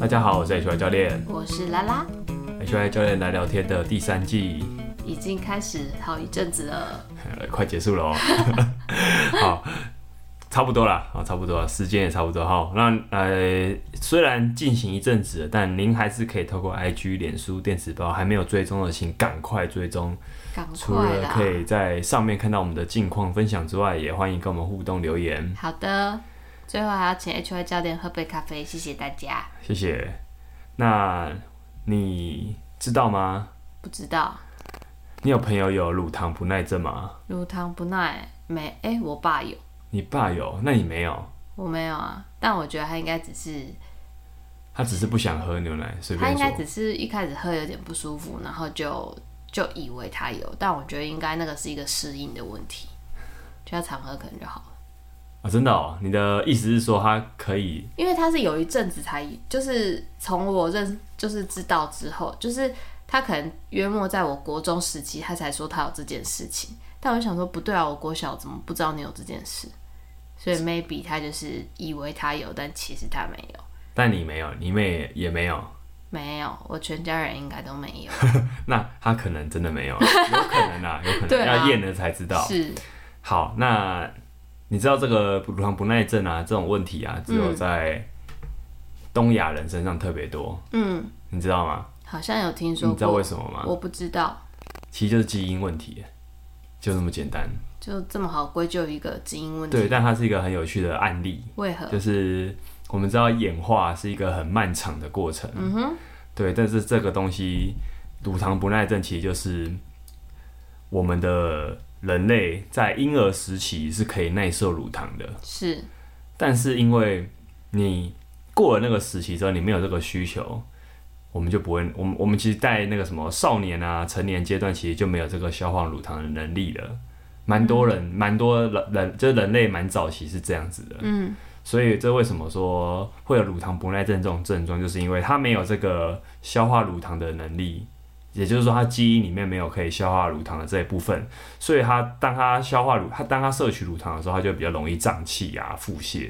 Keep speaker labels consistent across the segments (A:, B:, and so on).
A: 大家好，我是 HY 教练
B: 我是拉拉，
A: ，HY 教练来聊天的第三季，
B: 已经开始好一阵子了。
A: 呃快结束了哦。 好，差不多啦，啊，差不多了，时间也差不多哈。那呃，虽然进行一阵子了，但您还是可以透过 IG、脸书、电子报还没有追踪的，请赶快追踪。
B: 赶
A: 除
B: 快
A: 了
B: 啦！
A: 可以在上面看到我们的近况分享之外，也欢迎跟我们互动留言，
B: 好的，最后还要请 HY 教练喝杯咖啡，谢谢大家。
A: 谢谢。那你知道吗？
B: 不知道
A: 你有朋友有乳糖不耐症吗？
B: 乳糖不耐没？哎、我爸有，
A: 你爸有，那你没有？
B: 我没有啊。但我觉得他应该只是，
A: 他只是不想喝牛奶，随
B: 他
A: 便
B: 应该
A: 说。
B: 只是一开始喝有点不舒服，然后就就以为他有，但我觉得应该那个是一个适应的问题，就要常喝可能就好了。
A: 啊，真的哦，你的意思是说他可以
B: 因为他是有一阵子才，就是从我认就是知道之后，就是他可能约莫在我国中时期，他才说他有这件事情。但我就想说，不对啊，我国小怎么不知道你有这件事？所以 maybe 他就是以为他有，但其实他没有，
A: 但你没有，你妹也没有，
B: 没有，我全家人应该都没有。
A: 那他可能真的 没有，有可能啊，有可
B: 对
A: 能
B: 啊
A: 要验了才知道。
B: 是，
A: 好，那你知道这个乳糖不耐症啊这种问题啊，只有在东亚人身上特别多，
B: 嗯，
A: 你知道吗？
B: 好像有听说
A: 你知道
B: 过
A: 为，什么吗？
B: 我不知道，
A: 其实就是基因问题，就这么简单。
B: 就这么好归咎一个基因问
A: 对，
B: 题，
A: 但它是一个很有趣的案例，
B: 为何？
A: 就是我们知道演化是一个很漫长的过程，
B: 嗯哼，
A: 对，但是这个东西乳糖不耐症其实就是我们的人类在婴儿时期是可以耐受乳糖的，
B: 是，
A: 但是因为你过了那个时期之后，你没有这个需求，我们就不会，我们我们其实，在那个什么少年啊、成年阶段，其实就没有这个消化乳糖的能力了。蛮多人，蛮多人人，就是人类蛮早期是这样子的，
B: 嗯，
A: 所以这为什么说会有乳糖不耐症这种症状，就是因为他没有这个消化乳糖的能力，也就是说他基因里面没有可以消化乳糖的这一部分，所以他当他消化乳，他当他摄取乳糖的时候，他就比较容易胀气啊、腹泻。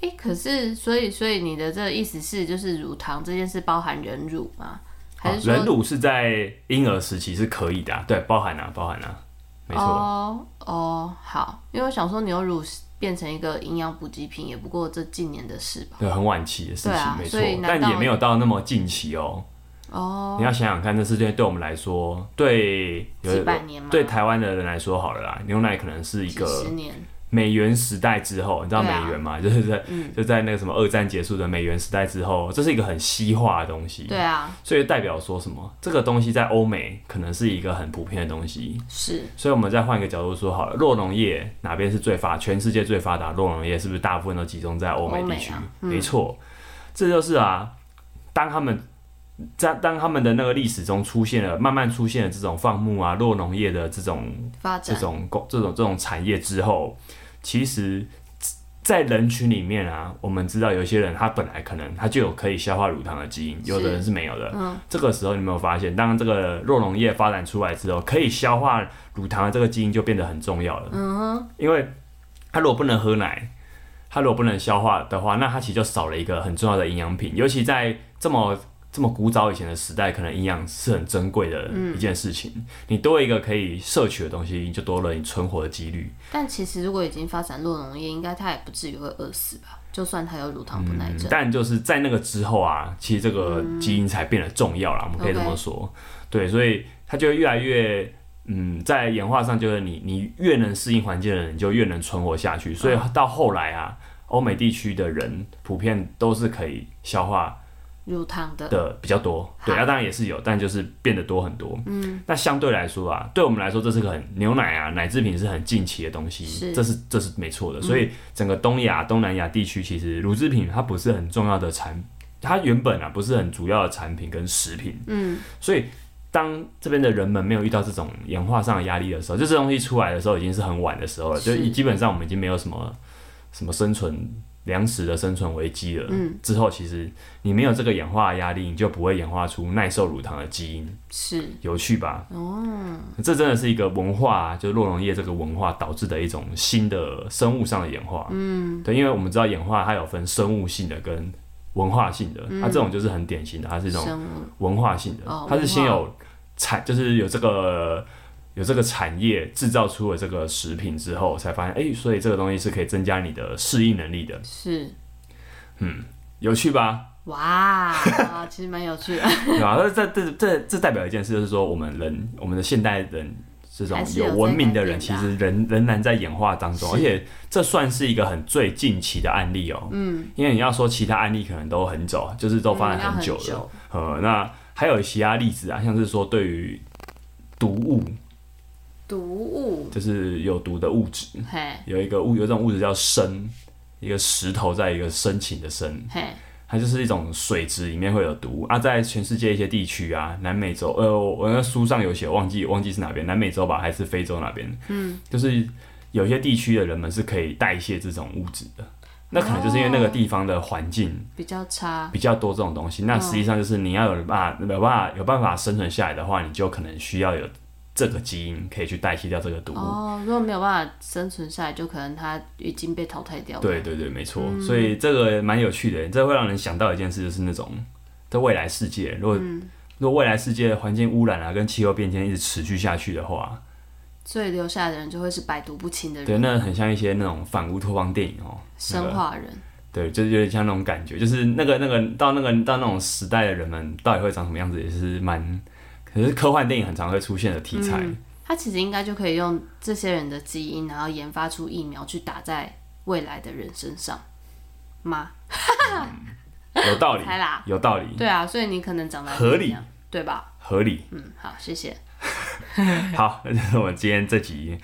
B: 哎、可是，所以，所以你的这个意思是，就是乳糖这件事包含人乳吗？还是说、
A: 啊哦人乳是在婴儿时期是可以的、啊，对，包含啊，包含啊，没错。
B: 哦哦，好，因为我想说牛乳变成一个营养补给品，也不过这近年的事吧。
A: 对，很晚期的事情，
B: 对啊
A: 没错
B: 所以，难
A: 但
B: 道
A: 也没有到那么近期哦。
B: 哦，
A: 你要想想看，这世界对我们来说，对有
B: 几百年吗？
A: 对台湾的人来说好了啦，牛奶可能是一
B: 几十
A: 个
B: 年。
A: 美元时代之后，你知道美
B: 对啊
A: 元吗？就是在、
B: 嗯
A: 就在那个什么二战结束的美元时代之后，这是一个很西化的东西。
B: 对，啊，
A: 所以代表说什么？这个东西在欧美可能是一个很普遍的东西。
B: 是
A: 所以我们再换一个角度说好了，肉农业哪边是最发？全世界最发达肉农业是不是大部分都集中在欧美地区？
B: 欧美啊
A: 没错，这就是啊，当他们在当他们的那个历史中出现了，慢慢出现了这种放牧啊、肉农业的这种
B: 发
A: 这
B: 展
A: 种工这种这种产业之后，其实。在人群里面啊，我们知道有一些人他本来可能他就有可以消化乳糖的基因，
B: 是
A: 有的人是没有的。
B: 嗯，
A: 这个时候你有没有发现，当这个肉农业发展出来之后，可以消化乳糖的这个基因就变得很重要了。
B: 嗯哼，
A: 因为它如果不能喝奶，它如果不能消化的话，那它其实就少了一个很重要的营养品。尤其在这么这么古早以前的时代，可能营养是很珍贵的一件事情。你多一个可以摄取的东西，就多了你存活的几率。
B: 但其实如果已经发展落农业，应该它也不至于会饿死吧？就算它有乳糖不耐症，
A: 嗯但就是在那个之后啊，其实这个基因才变得重要啦，我们可以这么说。对，所以它就会越来越，嗯，在演化上就是你你越能适应环境的人，你就越能存活下去。所以
B: 嗯
A: 到后来啊，欧美地区的人普遍都是可以消化
B: 乳糖的
A: 的比较多，对，那、
B: 好
A: 当然也是有，但就是变得多很多。嗯，那相对来说啊，对我们来说，这是个很牛奶啊，奶制品是很近期的东西，
B: 是嗯
A: 这是这是没错的。所以整个东亚、东南亚地区，其实乳制品它不是很重要的产，它原本啊不是很主要的产品跟食品，
B: 嗯，
A: 所以。当这边的人们没有遇到这种演化上的压力的时候，就这东西出来的时候已经是很晚的时候了，就是基本上我们已经没有什么什么生存粮食的生存危机了。
B: 嗯，
A: 之后其实你没有这个演化的压力，你就不会演化出耐受乳糖的基因，
B: 是
A: 有趣吧？哦，这真的是一个文化，就是洛农业这个文化导致的一种新的生物上的演化。嗯，对，因为我们知道演化它有分生物性的跟文化性的，它、这种就是很典型的，它是一种
B: 生物
A: 文化性的，
B: 哦
A: 它是先
B: 文化
A: 有产，就是有这个有这个产业制造出了这个食品之后，才发现，哎、所以这个东西是可以增加你的适应能力的，
B: 是
A: 有趣吧？
B: 哇， 其实蛮有趣的，
A: 对吧？那这这这这代表一件事，就是说我们人，我们的现代人。这种
B: 还是有
A: 有文明的人，
B: 在
A: 其
B: 改变的啊
A: 实仍仍然在演化当中，
B: 是
A: 而且这算是一个很最近期的案例哦、
B: 嗯，
A: 因为你要说其他案例可能都很早，就是都发
B: 嗯
A: 展
B: 要
A: 很久了。
B: 久
A: 呃，那还有其他例子啊，像是说对于毒物，
B: 毒物，
A: 就是有毒的物质，
B: 嘿，
A: 有一个物有一种物质叫砷，一个石头在一个深情的砷，
B: 嘿，
A: 它就是一种水质里面会有毒物啊，在全世界一些地区啊，南美洲，呃，我我那书上有写，忘记忘记是哪边，南美洲吧，还是非洲那边，嗯，就是有些地区的人们是可以代谢这种物质的。那可能就是因为那个地方的环境
B: 比较差，
A: 比较多这种东西，那实际上就是你要有办法有办法有办法生存下来的话，你就可能需要有这个基因可以去代谢掉这个毒物。
B: 哦，如果没有办法生存下来，就可能它已经被淘汰掉了，
A: 对，对对，没错。所
B: 嗯
A: 以这个蛮有趣的，这会让人想到一件事，就是那种在未来世界，如果、
B: 嗯
A: 如果未来世界环境污染啊跟气候变迁一直持续下去的话，
B: 所以留下来的人就会是百毒不侵的人，
A: 对，那很像一些那种反乌托邦电影哦。那
B: 生
A: 个
B: 化人，
A: 对，就是有点像那种感觉，就是那个那个到那个到那种时代的人们到底会长什么样子，也是蛮，可是科幻电影很常会出现的题材。
B: 他其实应该就可以用这些人的基因，然后研发出疫苗去打在未来的人身上吗？
A: 有道理，
B: 嗯猜啦，
A: 有道理，
B: 对啊，所以你可能长得还
A: 嗯合
B: 不
A: 理
B: 一样，对吧？
A: 合理。
B: 嗯，好，谢谢。
A: 好，那就是我们今天这集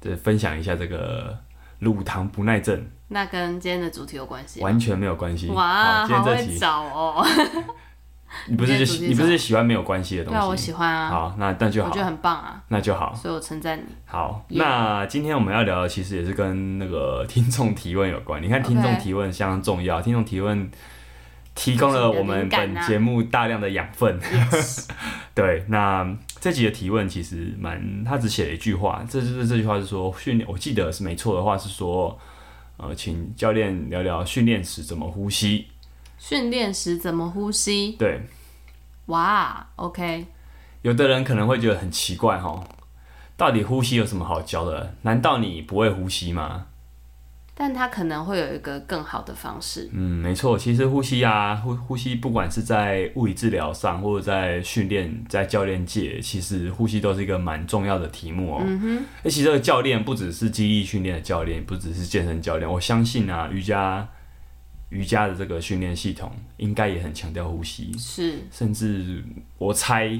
A: 的分享一下这个乳糖不耐症，
B: 那跟今天的主题有关系啊？
A: 完全没有关系。
B: 哇，
A: 好今天
B: 好
A: 这
B: 会
A: 集
B: 找哦！
A: 你不是就
B: 今天主题
A: 喜你不是喜欢没有关系的东
B: 对啊，我
A: 西？
B: 喜欢啊，
A: 好，那那就
B: 我
A: 好
B: 觉，得很棒啊，
A: 那就好。
B: 所以我称赞你。
A: 好
B: Yeah
A: 那今天我们要聊的其实也是跟那个听众提问有关。你看，
B: OK
A: 听众提问相当重要，听众提问提供了我们
B: 灵感
A: 本
B: 啊
A: 节目大量的养分。
B: Yes，
A: 对，那这集的提问其实蛮，他只写了一句话，这这这句话是说训练，我记得是没错的话是说，呃，请教练聊聊训练时怎么呼吸。
B: 训练时怎么呼吸？
A: 对，
B: 哇，OK，
A: 有的人可能会觉得很奇怪哈，到底呼吸有什么好教的？难道你不会呼吸吗？
B: 但他可能会有一个更好的方式。
A: 嗯，没错，其实呼吸啊，呼呼吸，不管是在物理治疗上，或者在训练，在教练界，其实呼吸都是一个蛮重要的题目哦。嗯哼，而且这个教练不只是肌力训练的教练，不只是健身教练，我相信啊，瑜伽瑜伽的这个训练系统应该也很强调呼吸，
B: 是，
A: 甚至我猜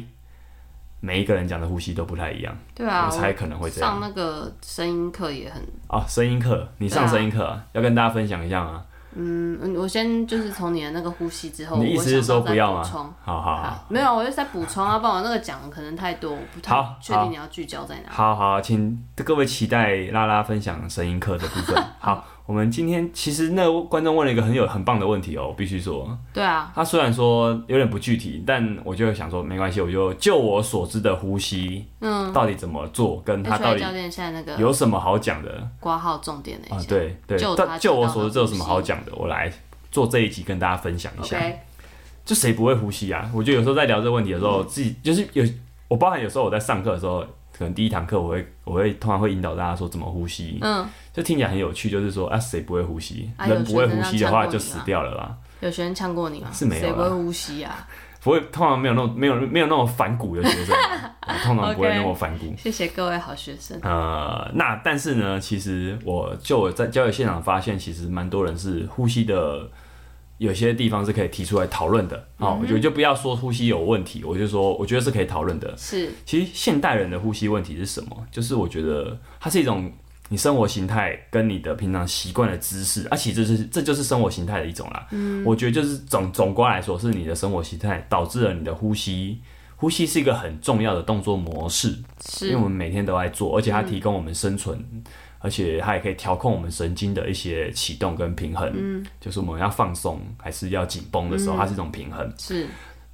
A: 每一个人讲的呼吸都不太一样。
B: 对啊，
A: 我猜可能会这样
B: 上那个声音课也很，
A: 哦，声音课，你上
B: 对啊
A: 声音课、啊要跟大家分享一下吗？
B: 嗯，嗯我先就是从你的那个呼吸之后，
A: 你的意思是说
B: 我想到再
A: 不要吗
B: 补充？
A: 好好好。
B: 好，没有，我就在补充啊，不然我那个讲的可能太多，我不太
A: 好
B: 确定你要聚焦在哪。
A: 好好，请各位期待拉拉分享声音课的 部分。好，我们今天其实那个观众问了一个很有很棒的问题哦，我必须说，
B: 对啊，
A: 他虽然说有点不具体，但我就想说没关系，我就就我所知的呼吸，嗯，到底怎么做，跟他
B: h
A: 到
B: i
A: 底
B: 教练现在那个
A: 有什么好讲的
B: 挂号重点的一
A: 啊
B: 下？，
A: 对对，
B: 就他
A: 但就
B: 知道
A: 我
B: 的
A: 所知，这有什
B: 呼
A: 么
B: 吸
A: 好讲的？我来做这一集跟大家分享一下。
B: ，OK，
A: 就谁不会呼吸啊？我觉得有时候在聊这个问题的时候，自己就是有我包含有时候我在上课的时候，可能第一堂课我会我会通常会引导大家说怎么呼吸，
B: 嗯，
A: 就听起来很有趣，就是说啊谁不会呼吸？
B: 啊
A: 人
B: 有
A: 不会
B: 学生
A: 呼吸的
B: 这样
A: 话
B: 呛
A: 就
B: 过你
A: 死
B: 吗
A: 掉了啦，
B: 有学生呛过你吗？
A: 是没有啦
B: 谁不会呼吸啊？
A: 不会通常没有那种没有没有那种反骨的学生，啊通常不会
B: OK
A: 那么反骨。
B: 谢谢各位好学生。
A: 呃，那但是呢，其实我就我在教育现场发现，其实蛮多人是呼吸的，有些地方是可以提出来讨论的。好、我觉得就不要说呼吸有问题，我就说我觉得是可以讨论的。
B: 是
A: 其实现代人的呼吸问题是什么？就是我觉得它是一种你生活形态跟你的平常习惯的姿势，而、且这就是这就是生活形态的一种啦。嗯，我觉得就是总总观来说，是你的生活形态导致了你的呼吸。呼吸是一个很重要的动作模式，因为
B: 是
A: 我们每天都在做，而且它提供我们生存，而且它也可以调控我们神经的一些启动跟平衡。嗯，就是我们要放松还是要紧绷的时候，它是一种平衡。
B: 是，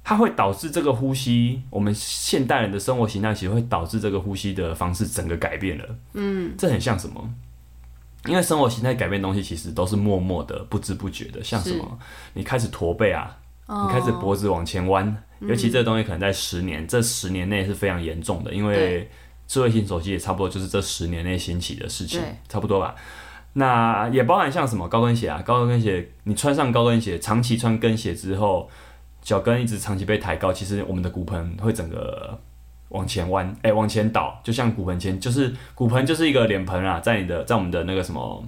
A: 它会导致这个呼吸，我们现代人的生活形态其实会导致这个呼吸的方式整个改变了。嗯，这很像什么？因为生活形态改变的东西，其实都是默默的、不知不觉的，像什么，你开始驼背啊，你开始脖子往前弯，尤其这个东西可能在十年，这十年内是非常严重的，因为
B: 对
A: 智慧型手机也差不多就是这十年内兴起的事情
B: 对，
A: 差不多吧。那也包含像什么高跟鞋啊，高跟鞋，你穿上高跟鞋，长期穿跟鞋之后，脚跟一直长期被抬高，其实我们的骨盆会整个往前弯，哎、往前倒，就像骨盆前，就是骨盆就是一个脸盆啊，在你的在我们的那个什么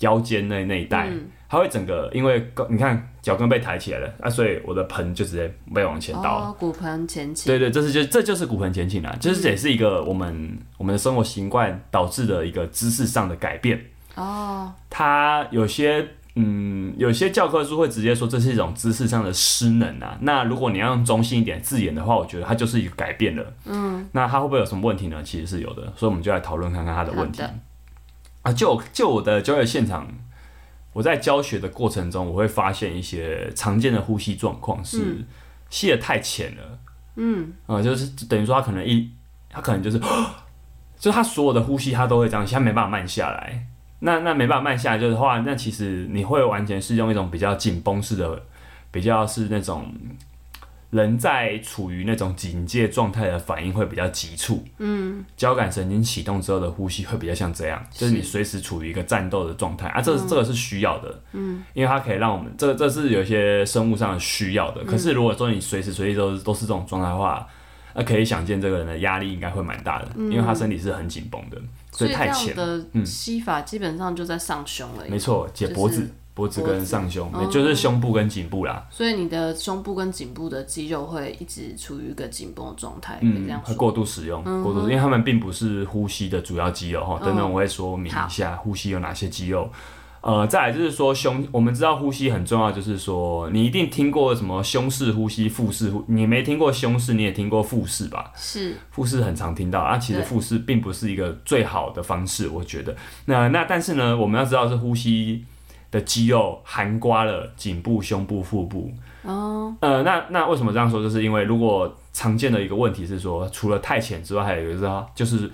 A: 腰间那那一带，它会整个因为高你看脚跟被抬起来了，啊，所以我的盆就直接被往前倒了。
B: 哦，骨盆前倾，
A: 对对，这是就这就是骨盆前倾啊，
B: 嗯
A: 就是这也是一个我们我们的生活习惯导致的一个姿势上的改变。
B: 哦，
A: 它有些嗯，有些教科书会直接说这是一种姿势上的失能啊。那如果你要用中性一点字眼的话，我觉得它就是一个改变了。嗯，那它会不会有什么问题呢？其实是有的，所以我们就来讨论看看它的问题
B: 好的
A: 啊。就就我的教学现场，我在教学的过程中，我会发现一些常见的呼吸状况是
B: 嗯
A: 吸的太浅了。嗯，啊、就是等于说他可能一，他可能就是，就他所有的呼吸他都会这样吸，他没办法慢下来。那那没办法慢下来就是的话，那其实你会完全是用一种比较紧绷式的，比较是那种人在处于那种警戒状态的反应会比较急促，嗯，交感神经启动之后的呼吸会比较像这样，就是你随时处于一个战斗的状态啊，这这个是需要的，嗯，因为它可以让我们这这是有一些生物上的需要的，可是如果说你随时随地都都是这种状态的话。那可以想见，这个人的压力应该会蛮大的，因为他身体是很紧绷的，
B: 嗯所以这
A: 太浅嗯
B: 样的吸法基本上就在上胸而
A: 没
B: 已，
A: 错，解脖子、
B: 就是
A: 脖子
B: 脖
A: 跟
B: 子哦
A: 上胸，也就是胸部跟颈部啦。
B: 所以你的胸部跟颈部的肌肉会一直处于一个紧绷的状态，可以这
A: 嗯，
B: 样
A: 会
B: 说。嗯
A: 过度使用，过度使用，因为他们并不是呼吸的主要肌肉哈。等等，我会说明一
B: 好
A: 下呼吸有哪些肌肉。呃，再来就是说胸，我们知道呼吸很重要，就是说你一定听过什么胸式呼吸、腹式呼，你没听过胸式，你也听过腹式吧？
B: 是
A: 复试很常听到啊，其实
B: 对
A: 复试并不是一个最好的方式，我觉得。那那但是呢，我们要知道是呼吸的肌肉含刮了颈部、胸部、腹部。哦。呃，那那为什么这样说？就是因为如果常见的一个问题是说，除了太浅之外，还有一个是它就是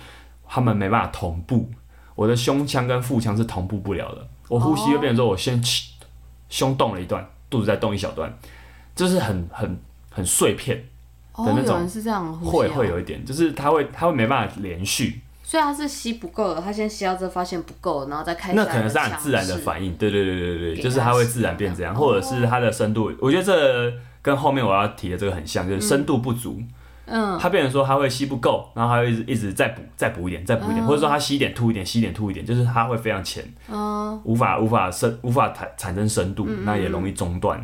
A: 他们没办法同步。我的胸腔跟腹腔是同步不了的，我呼吸就变成说我先胸动了一段，肚子再动一小段，就是很很很碎片，
B: 哦，
A: 的那种
B: 有人是这样的呼吸、
A: 会会，有一点，就是它会它会没办法连续。
B: 所以他是吸不够了，他先吸到这发现不够，然后再开
A: 那
B: 下
A: 可能
B: 一
A: 是
B: 个
A: 它很
B: 强
A: 自然的
B: 势
A: 反应，对对对对对，
B: 给
A: 就是
B: 它
A: 它会
B: 使
A: 自然
B: 用
A: 变
B: 的
A: 这样，
B: 哦
A: 或者是它的深度，我觉得这跟后面我要提的这个很像，就是深度不足，
B: 嗯，
A: 它变成说它会吸不够，然后它会一直一直再补再补一点再补一点，或者说它吸一点吐一点吸一点吐一点，就是它会非常浅，
B: 哦
A: 无法无法深无法产产生深
B: 嗯
A: 度，那也容易中断。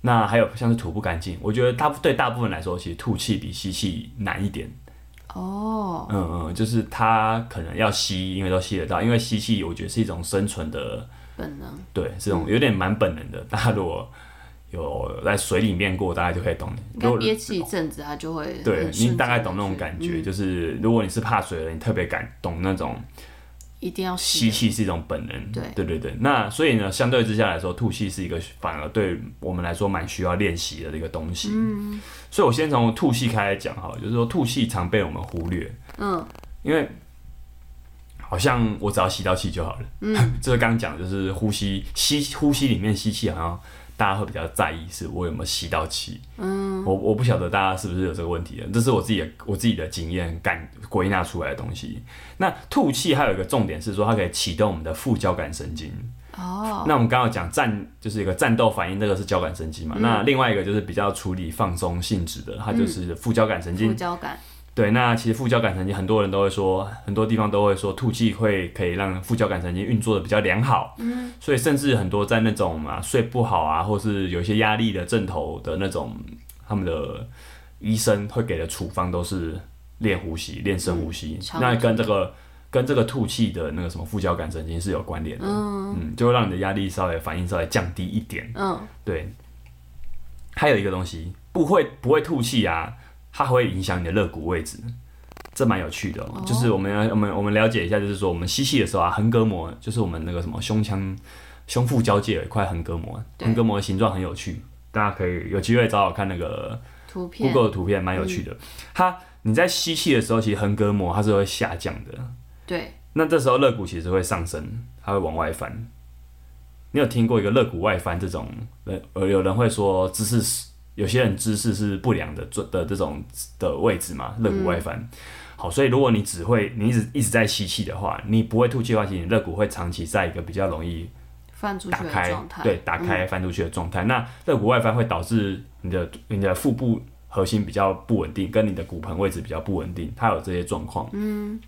A: 那还有像是吐不干净，我觉得大对大部分来说，其实吐气比吸气难一点。
B: 哦，
A: 嗯嗯，就是它可能要吸，因为都吸得到，因为吸气我觉得是一种生存的，
B: 本能
A: 对，是一种
B: 嗯
A: 有点蛮本能的。大家如果有在水里面过，大家就可以懂。
B: 应
A: 如
B: 该
A: 果
B: 憋气一阵子，他就会很
A: 对
B: 顺
A: 你大概
B: 着
A: 懂那种感觉，
B: 嗯
A: 就是如果你是怕水的人，你特别感懂那种
B: 一定要
A: 吸
B: 吸，
A: 气是一种本能。
B: 对
A: 对对对那所以呢，相对之下来说，吐气是一个反而对我们来说蛮需要练习的一个东西。嗯，所以我先从吐气开始讲哈，就是说吐气常被我们忽略。
B: 嗯，
A: 因为好像我只要吸到气就好了。嗯， 就是刚刚讲，就是呼吸吸呼吸里面吸气，好像大家会比较在意是我有没有吸到气。嗯，我我不晓得大家是不是有这个问题的，啊这是我自己的我自己的经验感归纳出来的东西。那吐气还有一个重点是说，它可以启动我们的副交感神经。
B: 哦，
A: 那我们刚刚有讲战就是一个战斗反应，这个是交感神经嘛。那另外一个就是比较处理放松性质的，它就是副交感神经
B: 副。交感，
A: 对，那其实副交感神经很多人都会说，很多地方都会说吐气会可以让副交感神经运作的比较良好，嗯，所以甚至很多在那种啊睡不好啊，或是有一些压力的症头的那种，他们的医生会给的处方都是练呼吸、练深呼吸，
B: 长
A: 那跟这个跟这个吐气的那个什么副交感神经是有关联的，嗯就会让你的压力稍微反应稍微降低一点，
B: 嗯，
A: 对，还有一个东西不会不会吐气啊，它会影响你的肋骨位置，这蛮有趣的、哦。就是我们要我们我们了解一下，就是说我们吸气的时候啊，横膈膜就是我们那个什么胸腔胸腹交界有一块横膈膜，
B: 对
A: 横膈膜的形状很有趣，大家可以有机会找找看那个
B: 图片
A: Google 的图片，蛮有趣的。它你在吸气的时候，其实横膈膜它是会下降的，
B: 对，
A: 那这时候肋骨其实会上升，它会往外翻。你有听过一个肋骨外翻这种人？呃，有人会说姿势是有些人姿势是不良的做的这种的位置嘛，肋骨外翻。好，所以如果你只会你一直一直在吸气的话，你不会吐气的话，其实你肋骨会长期在一个比较容易
B: 放出
A: 打
B: 去的
A: 开
B: 状，态，嗯
A: 对，打开翻出去的状态。那肋骨外翻会导致你的你的腹部核心比较不稳定，跟你的骨盆位置比较不稳定，它有这些状况。嗯，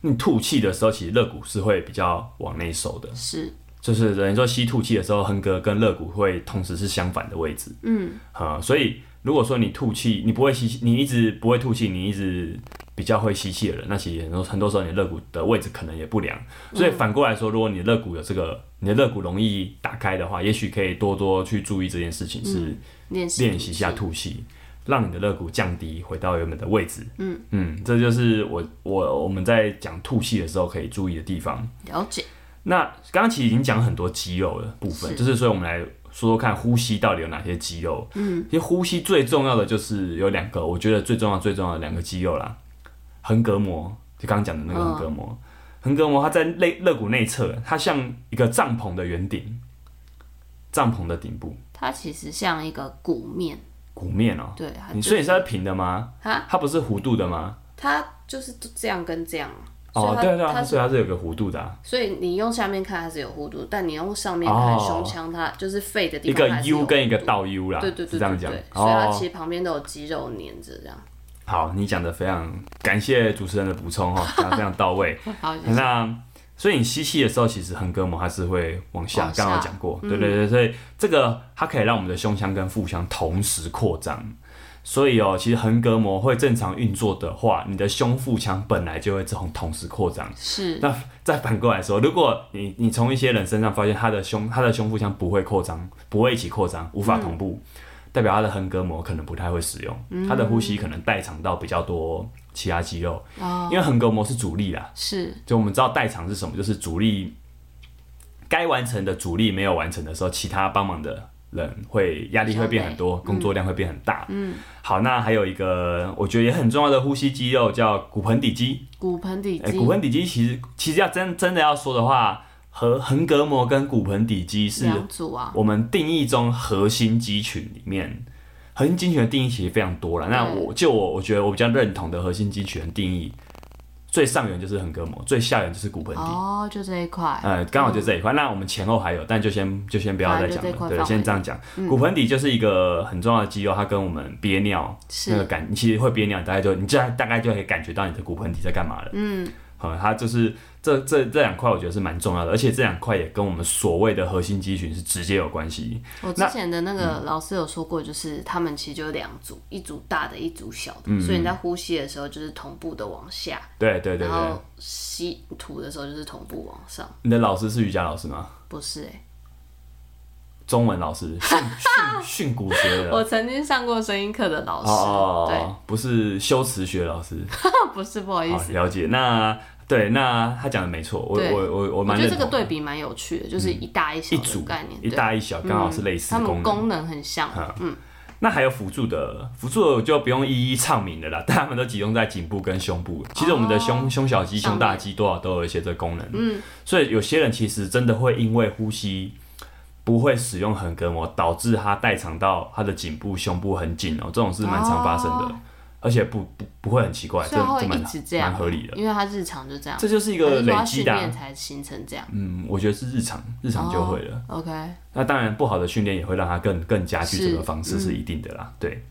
A: 你吐气的时候，其实肋骨是会比较往内收的，
B: 是
A: 就是等于说吸吐气的时候，横膈跟肋骨会同时是相反的位置。嗯，啊、所以如果说你吐气，你不会吸，你一直不会吐气，你一直比较会吸气的人，那其实很多很多时候你的肋骨的位置可能也不良。所以反过来说，如果你的肋骨有这个，你的肋骨容易打开的话，也许可以多多去注意这件事情，是
B: 练习
A: 练习一下吐气。让你的肋骨降低，回到原本的位置。嗯嗯，这就是我我我们在讲吐气的时候可以注意的地方。
B: 了解，
A: 那刚刚其实已经讲很多肌肉的部分，
B: 是
A: 就是所以我们来说说看呼吸到底有哪些肌肉。嗯，其实呼吸最重要的就是有两个，我觉得最重要最重要的两个肌肉啦，横膈膜，就刚刚讲的那个
B: 嗯
A: 横膈膜。横膈膜它在肋肋骨内侧，它像一个帐篷的圆顶，帐篷的顶部
B: 它其实像一个鼓面，
A: 骨面哦、
B: 对，它
A: 你
B: 就
A: 所以是它平的吗？
B: 啊
A: 它不是弧度的吗？
B: 它就是这样跟这样，所以
A: 哦，
B: 它
A: 对啊对
B: 它
A: 啊，
B: 是
A: 所以它是有个弧度的啊、
B: 所以你用下面看它是有弧度，但你用上面看
A: 哦
B: 胸腔，它就是肺的地
A: 一
B: 方
A: 个
B: 还是有
A: U 跟一个
B: 弧度
A: 倒 U 啦，
B: 对对对
A: 是这样
B: 对
A: 讲。
B: 对，所以它
A: 哦。
B: 其实旁边都有肌肉粘着这样。
A: 好，你讲的非常，感谢主持人的补充 哈，讲的非常到位。
B: 好，谢谢
A: 那所以你吸气的时候，其实横膈膜它是会往下，
B: 往下嗯
A: 刚刚有讲过，对对对，所以这个它可以让我们的胸腔跟腹腔同时扩张。所以哦，其实横膈膜会正常运作的话，你的胸腹腔本来就会同同时扩张。
B: 是
A: 那再反过来说，如果你你从一些人身上发现他的胸他的胸腹腔不会扩张，不会一起扩张，无法同步，代表他的横膈膜可能不太会使用，他的呼吸可能代偿到比较多其他肌肉，
B: 哦，
A: 因为横膈膜是主力啦，
B: 是
A: 就我们知道代偿是什么，就是主力该完成的主力没有完成的时候，其他帮忙的人会压力会变很多，工作量会变很大。嗯，好，那还有一个我觉得也很重要的呼吸肌肉叫骨盆底肌。
B: 骨盆底
A: 哎、
B: 肌
A: 骨，盆底肌其实其实要真真的要说的话，和横膈膜跟骨盆底肌是
B: 两组啊，
A: 我们定义中核心肌群里面，核心肌群的定义其实非常多了。那
B: 对
A: 我就我我觉得我比较认同的核心肌群的定义，最上缘就是横膈膜，最下缘就是骨盆底。
B: 哦，就这一块，
A: 呃，刚好就这一块。那我们前后还有，但就先就先不要
B: 反
A: 再
B: 正
A: 讲
B: 就这一
A: 了，
B: 块嗯
A: 对，
B: 放
A: 先
B: 完
A: 这样讲。骨盆底就是一个很重要的肌肉，它跟我们憋尿那个
B: 是
A: 感，你其实会憋尿，你大概就你这样大概就可以感觉到你的骨盆底在干嘛了。
B: 嗯，
A: 好、它就是这这这两块，我觉得是蛮重要的，而且这两块也跟我们所谓的核心肌群是直接有关系。
B: 我之前的那
A: 嗯
B: 个老师有说过，就是他们其实就有两组，一组大的，一组小的，
A: 嗯
B: 所以你在呼吸的时候就是同步的往下，
A: 对对对
B: 然
A: 对，
B: 后吸吐的时候就是同步往上，
A: 你的老师是瑜伽老师吗？
B: 不是哎、
A: 中文老 师，训训训骨学的
B: 我曾经上过声音课的老
A: 哦
B: 师，
A: 哦，哦不是修辞学老师。
B: 对，哦不是不好意
A: 好
B: 思，，
A: 了解。那对，那他讲的没错，我
B: 对
A: 我我我
B: 我
A: 蛮
B: 觉得
A: 认
B: 这个
A: 同。嗯
B: 对比蛮有趣的，就是一大一小
A: 一
B: 的
A: 组
B: 概念，
A: 一
B: 对嗯
A: 大一小，刚好是类似
B: 他
A: 功能。
B: 们功能很像，
A: 那还有辅助的，辅助的我就不用一一唱名了啦， 但他们都集中在颈部跟胸部。其实我们
B: 哦
A: 的胸、胸小肌、
B: 上
A: 胸
B: 面
A: 大肌多少都有一些这功能。嗯，所以有些人其实真的会因为呼吸不会使用横膈膜，导致他代偿到他的颈部、胸部很紧哦、这种是蛮常发生的，
B: 哦
A: 而且不不不会很奇怪，这
B: 所以他
A: 这
B: 会一
A: 蛮
B: 直这
A: 蛮
B: 样，
A: 合理的。
B: 因为他日常就这样，
A: 这就是一
B: 还
A: 个
B: 是说
A: 累
B: 他
A: 积
B: 训
A: 的啊、
B: 练才形成这样，
A: 嗯，我觉得是日常日常就会了。
B: 哦 OK，
A: 那当然，不好的训练也会让他更更加剧
B: 是
A: 这个方式是一定的啦。对。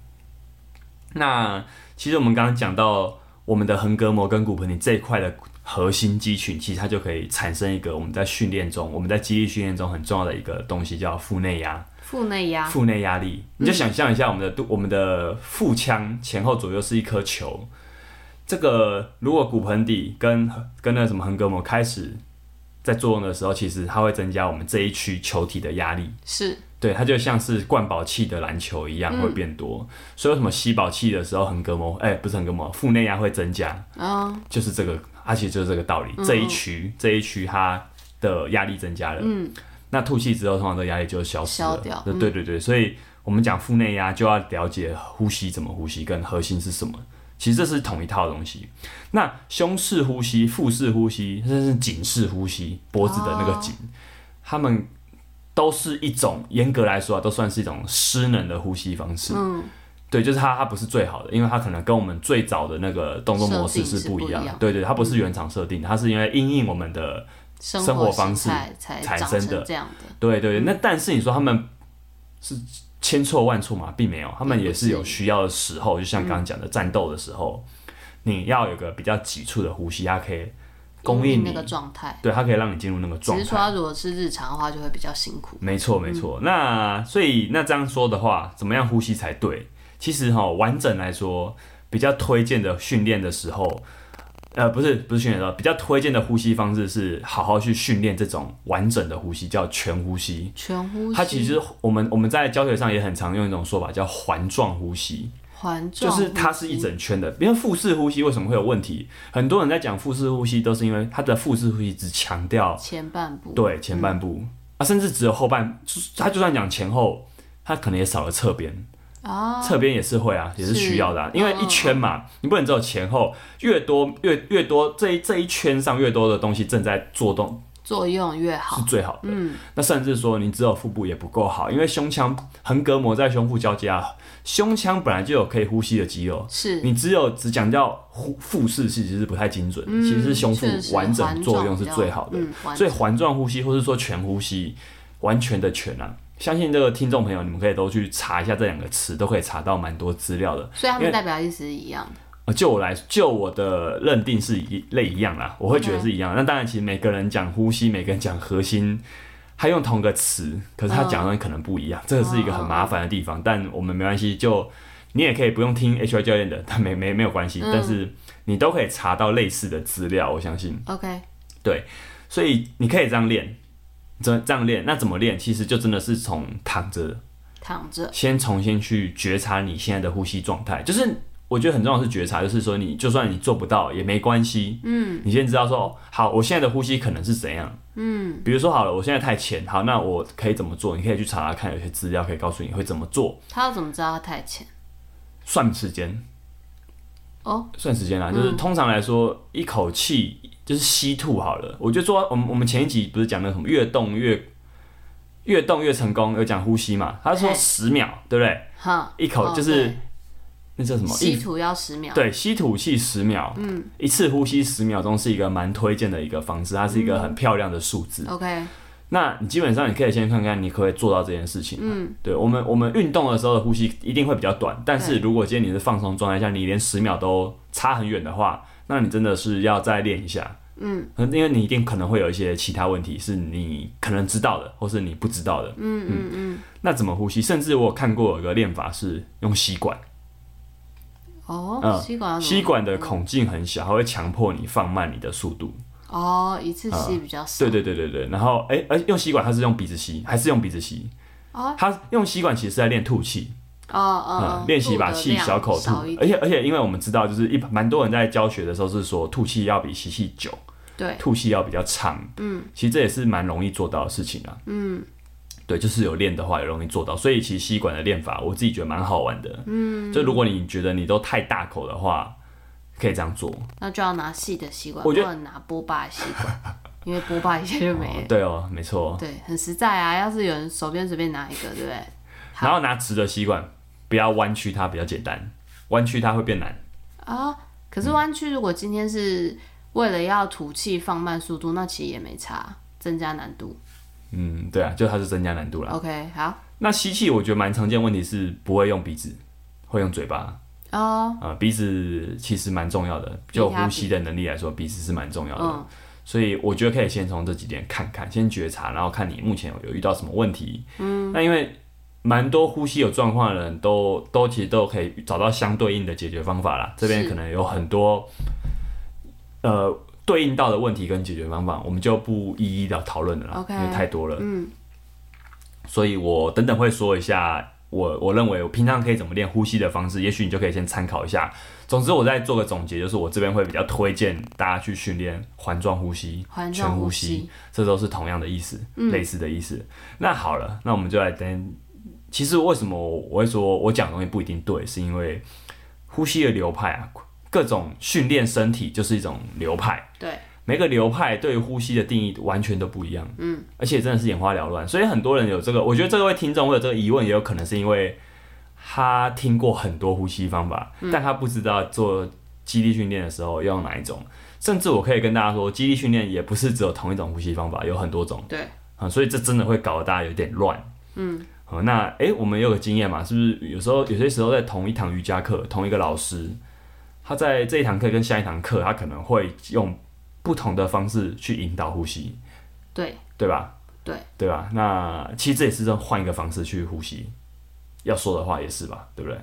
A: 那其实我们刚刚讲到我们的横膈膜跟骨盆底这一块的核心肌群，其实它就可以产生一个我们在训练中，我们在肌力训练中很重要的一个东西，叫腹内压。
B: 腹内压，
A: 腹内压力，你就想象一下我们的肚，我们的腹腔前后左右是一颗球。这个如果骨盆底跟跟那个什么横膈膜开始在作用的时候，其实它会增加我们这一区球体的压力。
B: 是
A: 对，它就像是灌饱气的篮球一样会变多，所以为什么吸饱气的时候横膈膜，哎、不是横膈膜，腹内压会增加，
B: 嗯，
A: 就是这个，而且就是这个道理。这一区这一区它的压力增加了，嗯，那吐气之后，通常这个压力就消失了。
B: 消掉嗯
A: 对对对对，所以我们讲腹内压就要了解呼吸怎么呼吸跟核心是什么，其实这是同一套东西。那胸式呼吸、腹式呼吸，甚至是颈式呼吸，脖子的那个
B: 哦
A: 颈，他们都是一种严格来说啊，都算是一种失能的呼吸方式。
B: 嗯，
A: 对，就是它，它不是最好的，因为它可能跟我们最早的那个动作模式
B: 设定是
A: 不
B: 不一
A: 样的。
B: 样嗯
A: 对对，它不是原厂设定，它是因为因应我们的
B: 生
A: 生活
B: 活
A: 方式
B: 态才
A: 产
B: 长
A: 生
B: 成
A: 的
B: 这样的，
A: 对对，那但是你说他们是千错万错嘛，并没有，他们也是有需要的时候，就像
B: 嗯
A: 刚刚讲的战斗的时候，你要有个比较急促的呼吸，它可以供
B: 因
A: 应
B: 为那
A: 你，
B: 个状态。
A: 对，它可以让你进入那个
B: 只
A: 状
B: 是说，
A: 态。
B: 它如果是日常的话，就会比较辛苦。
A: 没错，没错。那所以那这样说的话，怎么样呼吸才对？其实哈、完整来说，比较推荐的训练的时候，呃，不是不是训练的时候，比较推荐的呼吸方式是好好去训练这种完整的呼吸，叫全呼吸。
B: 全呼吸，
A: 它其实我们我们在教学上也很常用一种说法叫环状呼吸，
B: 环
A: 就
B: 状
A: 是它是一整圈的。因为腹式呼吸为什么会有问题？很多人在讲腹式呼吸，都是因为它的腹式呼吸只强调
B: 前半部，
A: 对前半部、
B: 嗯
A: 啊，甚至只有后半，就是它就算讲前后，它可能也少了侧边。
B: 啊，
A: 侧边也是会啊，也是需要的、啊，
B: 是哦
A: 因为一圈嘛，你不能只有前后，越多越越多，这一这一圈上越多的东西正在做动，
B: 作用越好
A: 是，最好的。
B: 嗯
A: 那甚至说你只有腹部也不够好，因为胸腔横膈膜在胸腹交接啊，胸腔本来就有可以呼吸的肌肉，
B: 是
A: 你只有只讲到腹腹式其实是不太精准的，
B: 嗯
A: 其实是胸腹
B: 确实
A: 完整
B: 环
A: 作
B: 状
A: 用是
B: 比较
A: 最好的。
B: 嗯，完
A: 所以环状呼吸或是说全呼吸，完全的全啊。相信这个听众朋友，你们可以都去查一下这两个词，都可以查到蛮多资料的。
B: 所以它
A: 因为
B: 们代表意思是一样的。
A: 呃就我来，就我的认定是一类一样啦，我会觉得是一样。那当然，其实每个人讲呼吸，每个人讲核心，他用同个词，可是他讲的东西可能不一样，这个是一个很麻烦的地方。但我们没关系，就你也可以不用听 HR 教练的，但没没没有关系。
B: 嗯
A: 但是你都可以查到类似的资料，我相信。
B: OK，
A: 所以你可以这样练，这这样练，那怎么练？其实就真的是从躺着
B: 躺着，
A: 先重新去觉察你现在的呼吸状态，就是我觉得很重要的是觉察，就是说你就算你做不到也没关系，嗯，你先知道说，哦好，我现在的呼吸可能是怎样，嗯，比如说好了，我现在太浅，好，那我可以怎么做？你可以去查查看，有些资料可以告诉你会怎么做，
B: 他要怎么知道他太浅？
A: 算时间，
B: 哦，
A: 算时间啦，就是通常来说一口气就是吸吐好了，我觉得做我们我们前一集不是讲那个什么越动越越动越成功，有讲呼吸嘛，他说
B: 嘿
A: 十秒，对不对？
B: 哈，
A: 一口
B: 哦
A: 就是、
B: 对
A: 那叫什么一
B: 吸吐要十秒，
A: 对，吸吐气十秒，嗯，一次呼吸十秒钟是一个蛮推荐的一个方式，它是一个很漂亮的数字。
B: ，OK，
A: 那你基本上你可以先看看你可不可以做到这件事情。嗯，对我们我们运动的时候的呼吸一定会比较短，但是
B: 对
A: 如果今天你是放松状态下，你连十秒都差很远的话，那你真的是要再练一下。嗯，因为你一定可能会有一些其他问题是你可能知道的，或是你不知道的。嗯嗯嗯。那怎么呼吸？甚至我有看过有个练法是用吸管。
B: 哦
A: 嗯，
B: 吸管要怎么
A: 吸管的孔径很小，它会强迫你放慢你的速度。
B: 哦，一次吸比较少，
A: 嗯对对对对对，然后哎，而、用吸管它是用鼻子吸，还是用鼻子吸？
B: 哦
A: 它用吸管其实是在练吐气，
B: 哦哦
A: 嗯，
B: 哦
A: 练习把
B: 吐的
A: 气
B: 量
A: 小口吐
B: 少一。点
A: 而且而且，因为我们知道，就是一蛮多人在教学的时候是说，吐气要比吸气久，
B: 对，
A: 吐气要比较长。嗯，其实这也是蛮容易做到的事情啊。嗯，对，就是有练的话也容易做到，所以其实吸管的练法，我自己觉得蛮好玩的。嗯，就如果你觉得你都太大口的话，可以这样做。
B: 那就要拿细的吸管，
A: 我
B: 不
A: 觉得
B: 能拿波霸的吸管， 因为波霸一下就没了。
A: 对哦，没错。
B: 对，很实在啊。要是有人手边随便拿一个，对不对？
A: 然后拿直的吸管，不要弯曲它，比较简单。弯曲它会变难。
B: 啊，可是弯曲如果今天是为了要吐气放慢速度，那其实也没差，增加难度。
A: 嗯，对啊，就它是增加难度啦。
B: OK，好
A: 那吸气，我觉得蛮常见问题是不会用鼻子，会用嘴巴。
B: 哦，
A: 呃，鼻子其实蛮重要的，就呼吸的能力来说，鼻子是蛮重要的。
B: 嗯，
A: 所以我觉得可以先从这几点看看，先觉察，然后看你目前有有遇到什么问题。嗯，那因为蛮多呼吸有状况的人都都其实都可以找到相对应的解决方法啦。这边
B: 是
A: 可能有很多呃对应到的问题跟解决方法，我们就不一一的讨论了啦
B: OK
A: 因为太多了。嗯，所以我等等会说一下。我我认为我平常可以怎么练呼吸的方式，也许你就可以先参考一下。总之，我再做个总结，就是我这边会比较推荐大家去训练环状呼吸、
B: 环
A: 全
B: 状
A: 呼
B: 呼
A: 吸
B: 吸，
A: 这都是同样的意思，类似的意思。那好了，那我们就来等。其实为什么我会说我讲的东西不一定对，是因为呼吸的流派啊，各种训练身体就是一种流派，
B: 对，
A: 每个流派对于呼吸的定义完全都不一样，嗯，而且真的是眼花缭乱，所以很多人有这个，我觉得这位听众会有这个疑问，也有可能是因为他听过很多呼吸方法，但他不知道做肌力训练的时候要用哪一种，甚至我可以跟大家说，肌力训练也不是只有同一种呼吸方法，有很多种，
B: 对，
A: 啊、所以这真的会搞得大家有点乱，嗯，好、那诶，我们也有个经验嘛，是不是有时候有些时候在同一堂瑜伽课，同一个老师，他在这一堂课跟下一堂课，他可能会用不同的方式去引导呼吸，
B: 对，
A: 对吧？
B: 对，
A: 对吧？那其实这也是在换一个方式去呼吸，要说的话也是吧，对不对？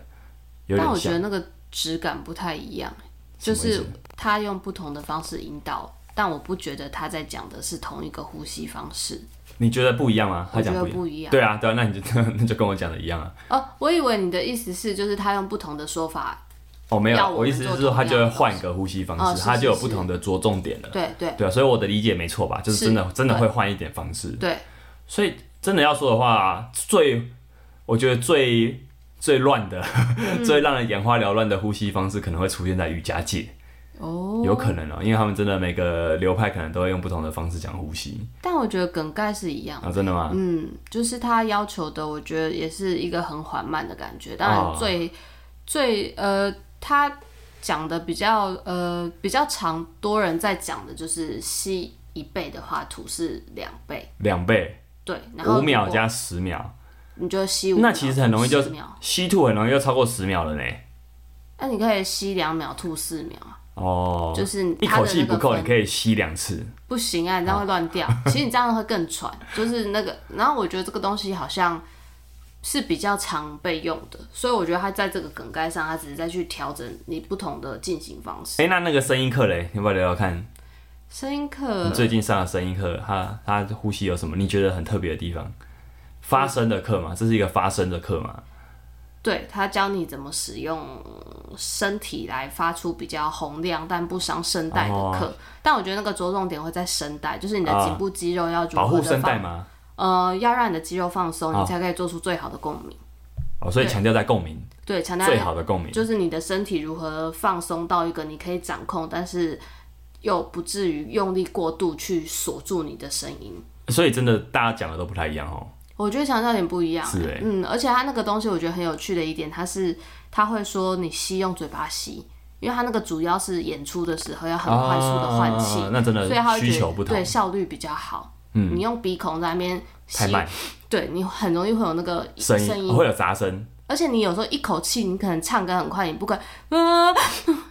A: 有
B: 但我
A: 点
B: 觉
A: 像，
B: 得那个质感不太一样，
A: 什
B: 就
A: 么意
B: 是
A: 思
B: 他用不同的方式引导，但我不觉得他在讲的是同一个呼吸方式，
A: 你觉得不一样吗？他
B: 我觉
A: 讲
B: 得
A: 不一样，
B: 不一
A: 对
B: 样。
A: 啊，对啊，那你就 那就跟我讲的一样啊。
B: 哦，我以为你的意思是，就是他用不同的说法，
A: 哦，没有
B: 要
A: 啊，
B: 我
A: 我意
B: 们
A: 思
B: 做
A: 是说，
B: 同
A: 他
B: 样
A: 就会
B: 的
A: 换一个呼吸方
B: 哦
A: 式，
B: 是
A: 他
B: 是
A: 就有
B: 是
A: 不同的着重点了。
B: 对对
A: 对啊，所以我的理解没错吧？就是
B: 是
A: 真的真的
B: 对
A: 会换一点方式。
B: 对，
A: 所以真的要说的话，最我觉得最最乱的、
B: 嗯
A: 最让人眼花缭乱的呼吸方式，可能会出现在瑜伽界，
B: 哦，
A: 有可能哦、因为他们真的每个流派可能都会用不同的方式讲呼吸
B: 但我觉得梗概是一样的。
A: 啊，真的吗？
B: 嗯，就是他要求的，我觉得也是一个很缓慢的感觉。当
A: 哦
B: 然最、最呃，他讲的比较呃比较常多人在讲的就是吸一倍的话，吐是两倍，
A: 两倍，
B: 对，然后
A: 五秒
B: 如果
A: 加十秒，
B: 你就吸五秒，
A: 那其实很容易就
B: 吐10秒。
A: 吸吐很容易就超过十秒了呢。
B: 那你可以吸两秒，吐四秒啊，
A: 哦，
B: 就是
A: 一
B: 它
A: 口
B: 的
A: 气
B: 那
A: 不
B: 个
A: 够，
B: 分
A: 你可以吸两次。
B: 不行啊，你这样会乱
A: 哦
B: 掉。其实你这样会更喘， 就是那个。然后我觉得这个东西好像是比较常被用的，所以我觉得它在这个梗概上，它只是在去调整你不同的进行方式。
A: 哎、那那个声音课嘞，要不要聊聊看？
B: 声音
A: 你
B: 课，
A: 最近上的声音课，他他呼吸有什么你觉得很特别的地方？
B: 嗯
A: 发声的课嘛，这是一个发声的课嘛？
B: 对他教你怎么使用身体来发出比较洪亮但不伤声带的课。但我觉得那个着重点会在声带，就是你的
A: 哦啊
B: 颈部肌肉要如
A: 保
B: 何
A: 护
B: 的
A: 声带
B: 放，
A: 吗？
B: 呃，要让你的肌肉放松，
A: 啊
B: 你才可以做出最好的共鸣。
A: 哦，所以强调在共鸣，
B: 对，强调
A: 最好的共鸣。
B: 就是你的身体如何放松到一个你可以掌控，但是又不至于用力过度去锁住你的声音。
A: 所以真的大家讲的都不太一样哦。
B: 我觉得强调点不一样、
A: 是欸
B: 嗯，而且它那个东西我觉得很有趣的一点，它是它会说你吸用嘴巴吸，因为它那个主要是演出的时候要很快速的换气，
A: 啊那真的
B: 所以它会
A: 需
B: 觉
A: 求不
B: 得
A: 同
B: 对，效率比较好。嗯，你用鼻孔在那边
A: 太
B: 吸，
A: 慢，
B: 对你很容易会有那个
A: 声音
B: 音
A: 哦会有杂声。
B: 而且你有时候一口气，你可能唱歌很快，你不可， 嗯、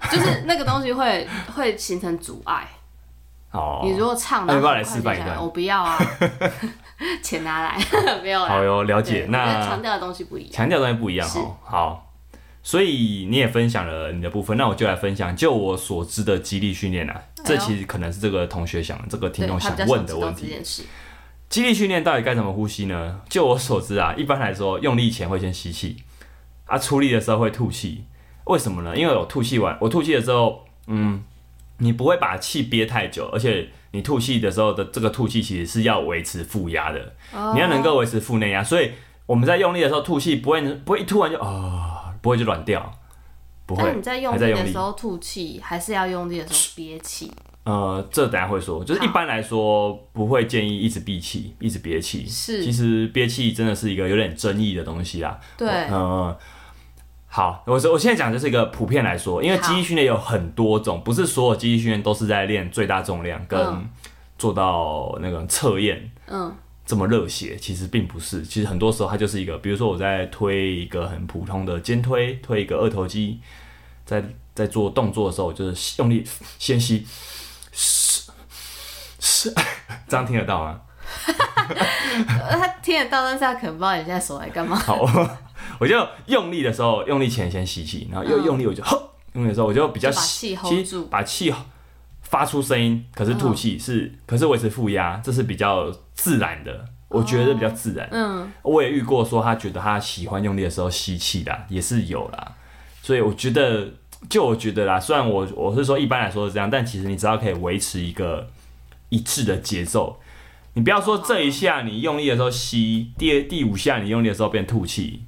B: 就是那个东西会会形成阻碍。
A: 哦，
B: 你如果唱，
A: 那要
B: 然后
A: 不要来
B: 很快
A: 示范一
B: 就想
A: 段
B: 我不 要啊，钱拿来， 没有啦。
A: 好哟，了
B: 对
A: 解。
B: 我觉得
A: 那
B: 强调的东西不一样。
A: 强调的东西不一样
B: 是
A: 哦。好，所以你也分享了你的部分，那我就来分享，就我所知的激励训练啊，这其实可能是这个同学想、这个听
B: 哎对，
A: 众
B: 他比较
A: 问
B: 想
A: 的
B: 知道
A: 问
B: 这
A: 题。
B: 件事。
A: 肌力训练到底该怎么呼吸呢？就我所知啊，一般来说，用力前会先吸气，啊，出力的时候会吐气。为什么呢？因为我吐气完，我吐气的时候，嗯，你不会把气憋太久，而且你吐气的时候的这个吐气其实是要维持负压的，
B: 哦
A: 你要能够维持负内压。所以我们在用力的时候吐气，不会不会一吐完就啊、不会就软掉，不会
B: 但你在用
A: 还
B: 力
A: 在用
B: 的
A: 力
B: 时。候吐气，还是要用力的时候憋气。
A: 呃，这等下会说，就是一般来说不会建议一直闭气，一直憋气。
B: 是
A: 其实憋气真的是一个有点争议的东西啦。
B: 对，
A: 呃，好，我我现在讲就是一个普遍来说，因为
B: 好
A: 肌力训练有很多种，不是所有肌力训练都是在练最大重量跟
B: 嗯
A: 做到那个测验
B: 嗯，
A: 这么热血，其实并不是。其实很多时候它就是一个，比如说我在推一个很普通的肩推，推一个二头肌，在在做动作的时候，我就是用力先吸， 是是，这样听得 到吗？
B: 呃他听得到，但是他可能不知道你现在手 来干嘛。
A: 好，我我就用力的时候，用力前先吸气，然后又
B: 嗯
A: 用力我就吼，用力的时候我就比较
B: 就把
A: 吸
B: 气 hold
A: 其实
B: 住嗯
A: 把气发出声音，可是吐气是，可是维持负压，这是比较自然的，我觉得比较自然。
B: 嗯，
A: 我也遇过说他觉得他喜欢用力的时候吸气的啊，也是有啦。所以我觉得，就我觉得啦，虽然我我是说一般来说是这样，但其实你只要可以维持一个一致的节奏，你不要说这一下你用力的时候吸，第第五下你用力的时候变吐气，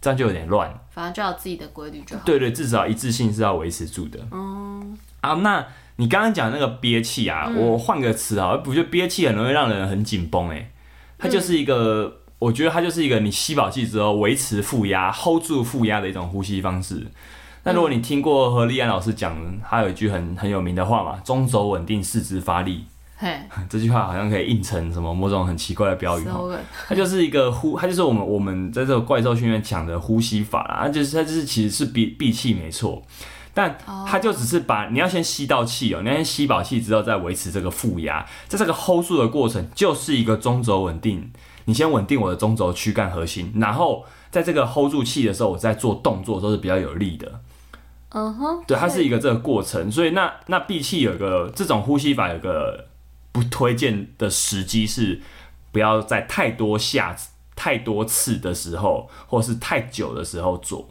A: 这样就有点乱。
B: 反正就要有自己的规律就好。
A: 对对，至少一致性是要维持住的。嗯，啊，那你刚刚讲那个憋气啊，我换个词啊，不就憋气很容易让人很紧绷哎，它就是一个，我觉得它就是一个你吸饱气之后维持负压、hold 住负压的一种呼吸方式。那如果你听过何立安老师讲，他有一句很很有名的话嘛，中轴稳定，四肢发力，
B: 嘿，
A: 这句话好像可以印成什么某种很奇怪的标语哈。
B: slogan
A: 它就是一个呼，它就是我们我们在这个怪兽训练讲的呼吸法啦，它就是它就是其实是闭闭气没错，但它就只是把你要先吸到气哦、你要先吸饱气之后再维持这个负压，在这个 hold 住的过程就是一个中轴稳定，你先稳定我的中轴躯干核心，然后在这个 hold 住气的时候，我在做动作都是比较有力的。
B: 嗯哼，
A: 对，它是一个这个过程，所以那那闭气有一个这种呼吸法有个不推荐的时机是不要在太多下太多次的时候，或是太久的时候做。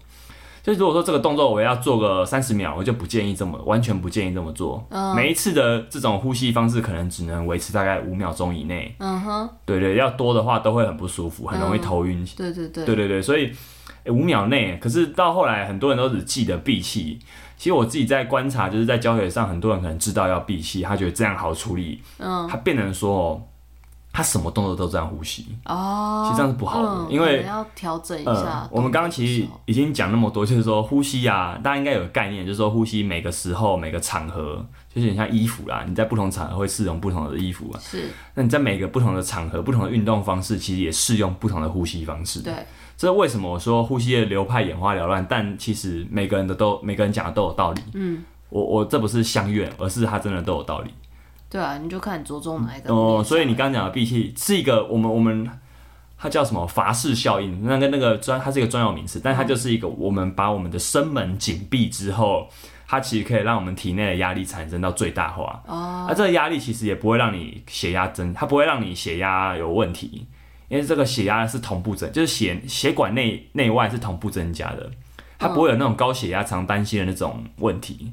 A: 就如果说这个动作我要做个三十秒，我就不建议这么完全不建议这么做。每一次的这种呼吸方式可能只能维持大概五秒钟以内。
B: 嗯哼，
A: 对对，要多的话都会很不舒服，很容易
B: 嗯
A: 头晕
B: 对对对，
A: 对对对，所以诶五、秒内，可是到后来很多人都只记得闭气。其实我自己在观察，就是在教学上，很多人可能知道要闭气，他觉得这样好处理，
B: 嗯，
A: 他变成说哦，他什么动作都这样呼吸。
B: 哦，
A: 其实这样是不好的
B: 嗯
A: 因为
B: 可能要调整一
A: 呃
B: 下。，
A: 我们刚刚其
B: 动
A: 实
B: 作的时候
A: 已经讲那么多，就是说呼吸啊，大家应该有个概念，就是说呼吸每个时候、每个场合，就是很像衣服啦，你在不同场合会适用不同的衣服啊。
B: 是
A: 那你在每个不同的场合、不同的运动方式，其实也适用不同的呼吸方式。
B: 对，
A: 这是为什么我说呼吸的流派眼花缭乱，但其实每个人的都每个人讲的都有道理。
B: 嗯，
A: 我我这不是相怨，而是他真的都有道理。
B: 对啊，你就看你着重哪一个面向。
A: 哦，所以你刚刚讲的闭气是一个我们我们它叫什么法式效应，那个那个专它是一个专有名
B: 嗯
A: 词，但它就是一个我们把我们的生门紧闭之后，它其实可以让我们体内的压力产生到最大化。
B: 哦，
A: 啊，这个压力其实也不会让你血压增，它不会让你血压有问题，因为这个血压是同步增，就是血血管内内外是同步增加的，它不会有那种高血压常担心的那种问题。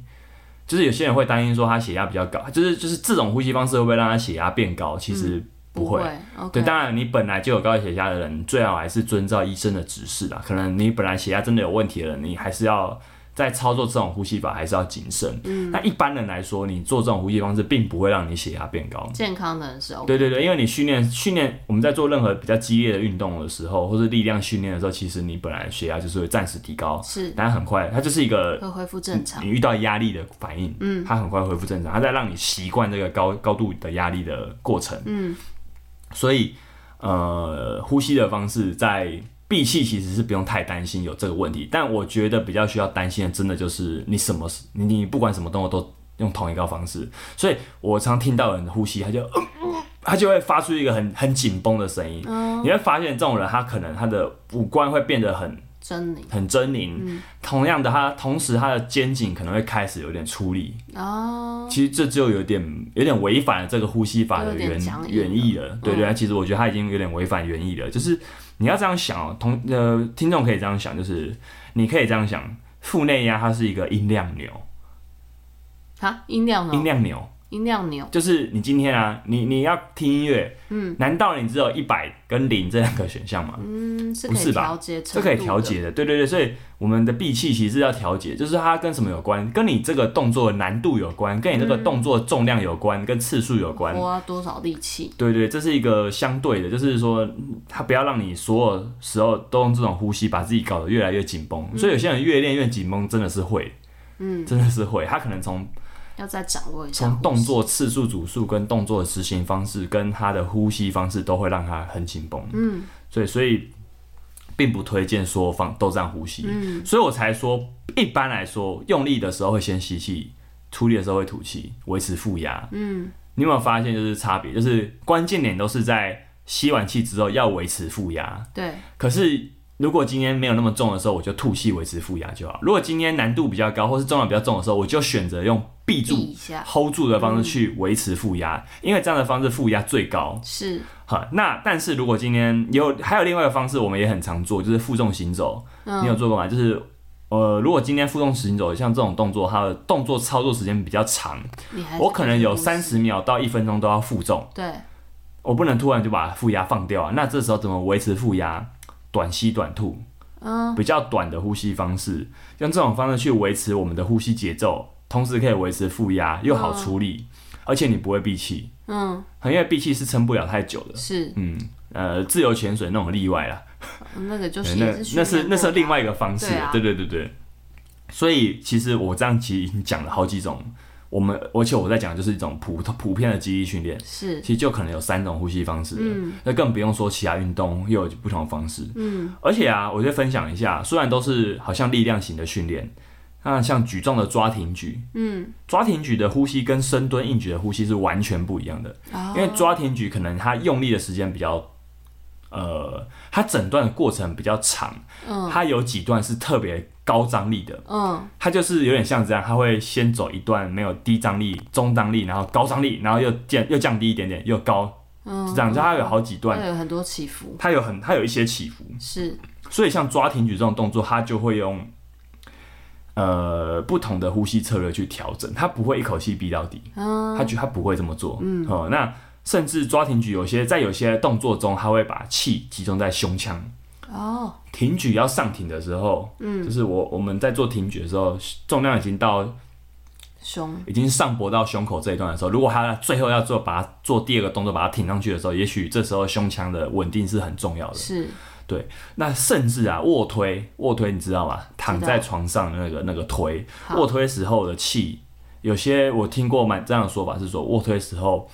A: 就是有些人会担心说他血压比较高，就是就是这种呼吸方式会不会让他血压变高？其实不
B: 嗯不
A: 会。
B: 会
A: 对，
B: ，OK，
A: 当然你本来就有高血压的人，最好还是遵照医生的指示啦。可能你本来血压真的有问题了，你还是要在操作这种呼吸法还是要谨慎。
B: 嗯
A: 那一般人来说，你做这种呼吸方式，并不会让你血压变高。
B: 健康的人是 OK，
A: 对对对，因为你训练训练，我们在做任何比较激烈的运动的时候，或是力量训练的时候，其实你本来血压就是会暂时提高，
B: 是
A: 但很快它就是一个
B: 会恢复正常
A: 你。遇到压力的反应，嗯，它很快恢复正常，它在让你习惯这个高高度的压力的过程，嗯，所以呃，呼吸的方式在闭气其实是不用太担心有这个问题，但我觉得比较需要担心的，真的就是你什么你你不管什么动作都用同一个方式，所以我常听到有人的呼吸，他就。 嗯嗯他就会发出一个很很紧绷的声音，你会发现这种人，他可能他的五官会变得很
B: 真理
A: 很狰狞。
B: 嗯
A: 同样的，它同时它的肩颈可能会开始有点出力，
B: 哦，
A: 其实这就有点有点违反了这个呼吸法的
B: 有点
A: 原
B: 僵硬
A: 原意了。对对，
B: 嗯
A: 它其实我觉得它已经有点违反原意了。就是你要这样想哦，同呃听众可以这样想，就是你可以这样想，腹内压它是一个音量钮，
B: 哈，音量
A: 音
B: 呢？
A: 量钮。
B: 音量钮，
A: 就是你今天啊，你你要听音乐，嗯，难道你只有一百跟零这两个选项吗？
B: 嗯，是
A: 不
B: 可
A: 是
B: 以
A: 吧
B: 调节
A: 这
B: 程度
A: 可
B: 的，
A: 以调节的，对对对，所以我们的闭气其实要调节，就是它跟什么有关？跟你这个动作的难度有关，跟你这个动作重量有关，跟次数有关。
B: 花多少力气？
A: 对对，这是一个相对的，就是说嗯它不要让你所有时候都用这种呼吸把自己搞得越来越紧绷。所以有些人越练越紧绷，真的是会，
B: 嗯，
A: 真的是会。他可能从
B: 要再掌握一下
A: 从动作次数、组数跟动作的执行方式，跟他的呼吸方式都会让他很紧绷。嗯，所以所以并不推荐说放都这样呼吸。嗯，所以我才说，一般来说，用力的时候会先吸气，出力的时候会吐气，维持负压。嗯，你有没有发现就是差别？就是关键点都是在吸完气之后要维持负压。
B: 对，
A: 可是如果今天没有那么重的时候，我就吐气维持负压就好。如果今天难度比较高或是重量比较重的时候，我就选择用闭嗯
B: 避
A: 住
B: 一下
A: hold 住的方式去维持负压，因为这样的方式负压最高。
B: 是
A: 好，那但是如果今天也有还有另外一个方式，我们也很常做，就是负重行走。
B: 嗯
A: 你有做过吗？就是呃，如果今天负重行走像这种动作，它的动作操作时间比较长，
B: 你还是
A: 我可能有
B: 可以
A: 三十秒到一分钟都要负重，
B: 对，
A: 我不能突然就把负压放掉啊。那这时候怎么维持负压？短吸短吐，
B: 嗯
A: 比较短的呼吸方式，用这种方式去维持我们的呼吸节奏，同时可以维持负压，又好处理，而且你不会闭气，
B: 嗯，
A: 因为闭气是撑不了太久的。
B: 是嗯
A: 嗯，呃，自由潜水那种例外啦，
B: 那个就是
A: 那
B: 也是
A: 那
B: 训
A: 是
B: 练
A: 那是
B: 过的
A: 另
B: 啊
A: 外一个方式
B: 对啊，
A: 对对对对。所以其实我这样其实已经讲了好几种，我们而且我在讲的就是一种普通普遍的记忆训练，
B: 是嗯
A: 其实就可能有三种呼吸方式了，那更不用说其他运动又有不同的方式。嗯，而且啊，我再分享一下，虽然都是好像力量型的训练，那像举重的抓挺举，嗯，抓挺举的呼吸跟深蹲硬举的呼吸是完全不一样的，
B: 哦
A: 因为抓挺举可能它用力的时间比较。呃，它整段的过程比较长，
B: 嗯
A: 它有几段是特别高张力的，
B: 嗯
A: 它就是有点像这样，它会先走一段没有低张力、中张力，然后高张力，然后又降又降低一点点，又高，
B: 嗯，
A: 这样，就它有好几段，
B: 会有很多起伏，
A: 它有很它有一些起伏，
B: 是
A: 所以像抓挺举这种动作，它就会用呃不同的呼吸策略去调整，它不会一口气逼到底，
B: 嗯
A: 它觉它不会这么做，嗯，哦，那甚至抓挺举有些在有些动作中，它会把气集中在胸腔，
B: 哦
A: 挺举要上挺的时候，嗯，就是我我们在做挺举的时候，重量已经到
B: 胸
A: 已经上搏到胸口这一段的时候，如果他最后要做把它做第二个动作把它挺上去的时候，也许这时候胸腔的稳定是很重要的。
B: 是
A: 那甚至啊卧推，卧推你知道吗？躺在床上的那个那个推，
B: 好
A: 卧推时候的气，有些我听过蛮这样的说法是说卧推时候，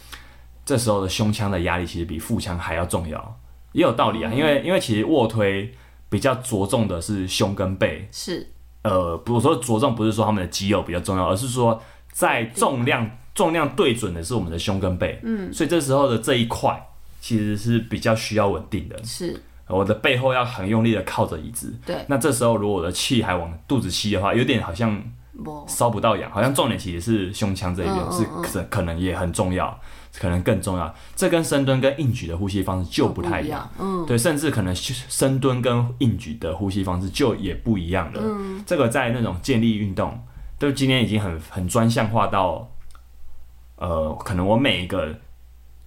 A: 这时候的胸腔的压力其实比腹腔还要重要，也有道理啊，因为因为其实卧推比较着重的是胸跟背，
B: 是
A: 呃，不，我说着重不是说他们的肌肉比较重要，而是说在重量重量对准的是我们的胸跟背，嗯，所以这时候的这一块其实是比较需要稳定的。
B: 是
A: 我的背后要很用力的靠着椅子，
B: 对
A: 那这时候如果我的气还往肚子吸的话，有点好像
B: 我
A: 烧不到氧，好像重点其实是胸腔这一边，
B: 嗯嗯
A: 是
B: 嗯
A: 可可能也很重要，可能更重要。这跟深蹲跟硬举的呼吸方式就不太一样。，
B: 嗯
A: 对，甚至可能深蹲跟硬举的呼吸方式就也不一样了。
B: 嗯
A: 这个在那种健力运动，都今天已经很很专项化到，呃，可能我每一个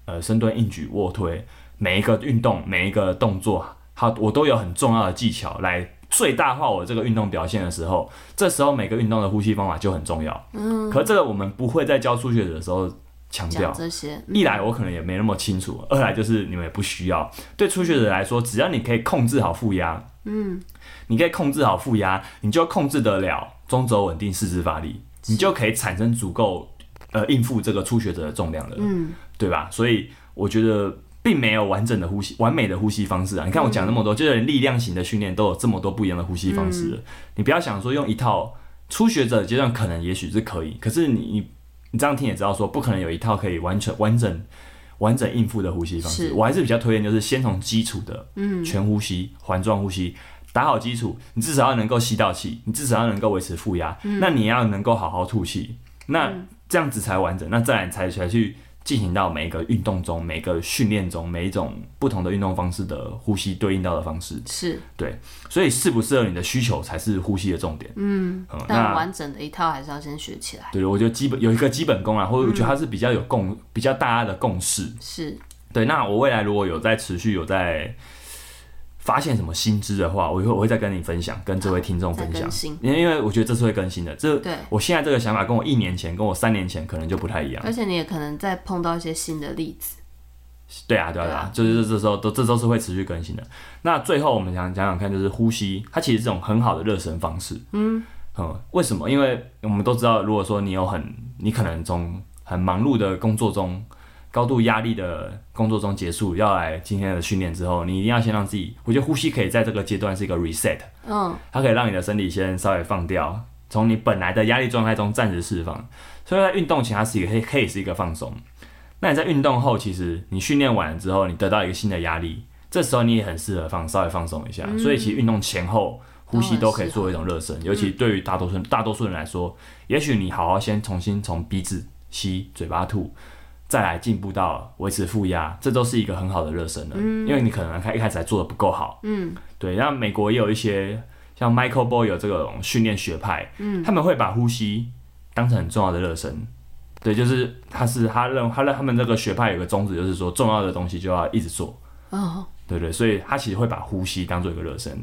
A: 呃深蹲、硬举、卧推，每一个运动、每一个动作，它我都有很重要的技巧来最大化我这个运动表现的时候，这时候每个运动的呼吸方法就很重要。嗯，可这个我们不会在教初学者的时候强调
B: 讲，这些嗯
A: 一来我可能也没那么清楚，二来就是你们也不需要。对初学者来说，只要你可以控制好负压，嗯，你可以控制好负压，你就控制得了中轴稳定四肢发力，你就可以产生足够呃应付这个初学者的重量了，嗯，对吧？所以我觉得。并没有完整的呼吸，完美的呼吸方式啊！你看我讲那么多，就是连力量型的训练都有这么多不一样的呼吸方式了。你不要想说用一套初学者阶段可能也许是可以，可是你你你这样听也知道说，不可能有一套可以完全完整完整应付的呼吸方式。
B: 是
A: 我还是比较推荐，就是先从基础的，嗯，全呼吸、环状呼吸打好基础，你至少要能够吸到气，你至少要能够维持负压，那你也要能够好好吐气，那这样子才完整，那自然才才去。进行到每一个运动中、每个训练中、每一种不同的运动方式的呼吸对应到的方式，
B: 是，
A: 所以适不适合你的需求才是呼吸的重点。嗯，那
B: 但完整的一套还是要先学起来，
A: 对，我觉得基本有一个基本功啊，或者我觉得它是比较有共、比较大家的共识。
B: 是
A: 对，那我未来如果有在持续有在发现什么新知的话，我会我会再跟你分享，跟这位听众
B: 再
A: 分享
B: 更，新，
A: 因为因为我觉得这是会更新的。这
B: 对。
A: 我现在这个想法跟我一年前、跟我三年前可能就不太一样。
B: 而且你也可能再碰到一些新的例子，
A: 对啊，对啊，对
B: 对
A: 啊
B: 啊，
A: 就是这时候都这都是会持续更新的。那最后我们想讲讲看，就是呼吸，它其实是一种很好的热身方式。嗯嗯，为什么？因为我们都知道，如果说你有很你可能从很忙碌的工作中、高度压力的工作中结束，要来今天的训练之后，你一定要先让自己，我觉得呼吸可以在这个阶段是一个 reset，
B: 嗯，
A: 它可以让你的身体先稍微放掉，从你本来的压力状态中暂时释放。所以在运动前，它是一个可以可以是一个放松。那你在运动后，其实你训练完了之后，你得到一个新的压力，这时候你也很适合放稍微放松一下。所以其实运动前后呼吸都可以做一种热身，尤其对于大多数大多数人来说，也许你好好先重新从鼻子吸，嘴巴吐。再来进步到维持负压，这都是一个很好的热身了，因为你可能开一开始还做的不够好，嗯，对。那美国也有一些像 Michael Boyle 有这种训练学派，嗯，他们会把呼吸当成很重要的热身。对，就是他是他认他认他们这个学派有个宗旨，就是说重要的东西就要一直做，
B: 哦，
A: 对不对？所以他其实会把呼吸当做一个热身。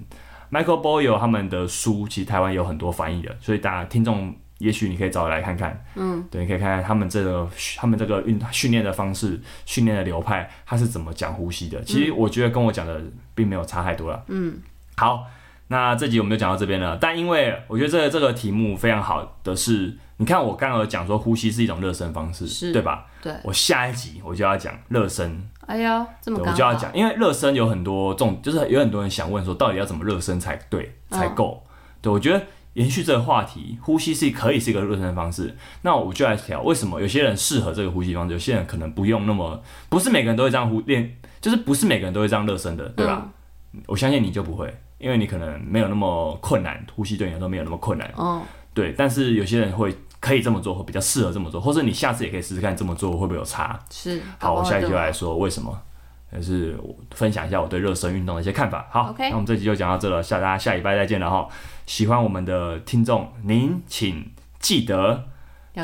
A: Michael Boyle 他们的书，其实台湾有很多翻译的，所以大家听众也许你可以找来看看。嗯，对，你可以看看他们这个他们这个运训练的方式、训练的流派，他是怎么讲呼吸的。其实我觉得跟我讲的并没有差太多了。嗯，好，那这集我们就讲到这边了。但因为我觉得这个这个题目非常好的是，你看我刚刚有讲说呼吸是一种热身方式，
B: 是
A: 对吧？
B: 对，
A: 我下一集我就要讲热身，
B: 哎呦，这
A: 对
B: 么
A: 我
B: 刚
A: 就要
B: 好，
A: 讲，因为热身有很多重，就是有很多人想问说，到底要怎么热身才对
B: 嗯
A: 才够？对我觉得延续这个话题，呼吸是可以是一个热身方式。那我就来聊为什么有些人适合这个呼吸方式，有些人可能不用那么，不是每个人都会这样呼练，就是不是每个人都会这样热身的，对吧？我相信你就不会，因为你可能没有那么困难，呼吸对你来说没有那么困难。
B: 哦，
A: 对，但是有些人会可以这么做，会比较适合这么做，或者你下次也可以试试看这么做会不会有差。
B: 是，
A: 好，我下一集
B: 就
A: 就来说为什么，也是我分享一下我对热身运动的一些看法。好
B: OK
A: 那我们这集就讲到这了，下大家下礼拜再见了哈。喜欢我们的听众，您请记得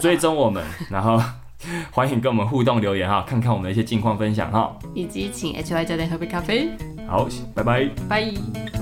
A: 追踪我们，然后 欢迎跟我们互动留言哈，看看我们的一些近况分享哈。
B: 以及请 H Y 教练喝杯咖啡，
A: 好，拜拜。
B: 拜。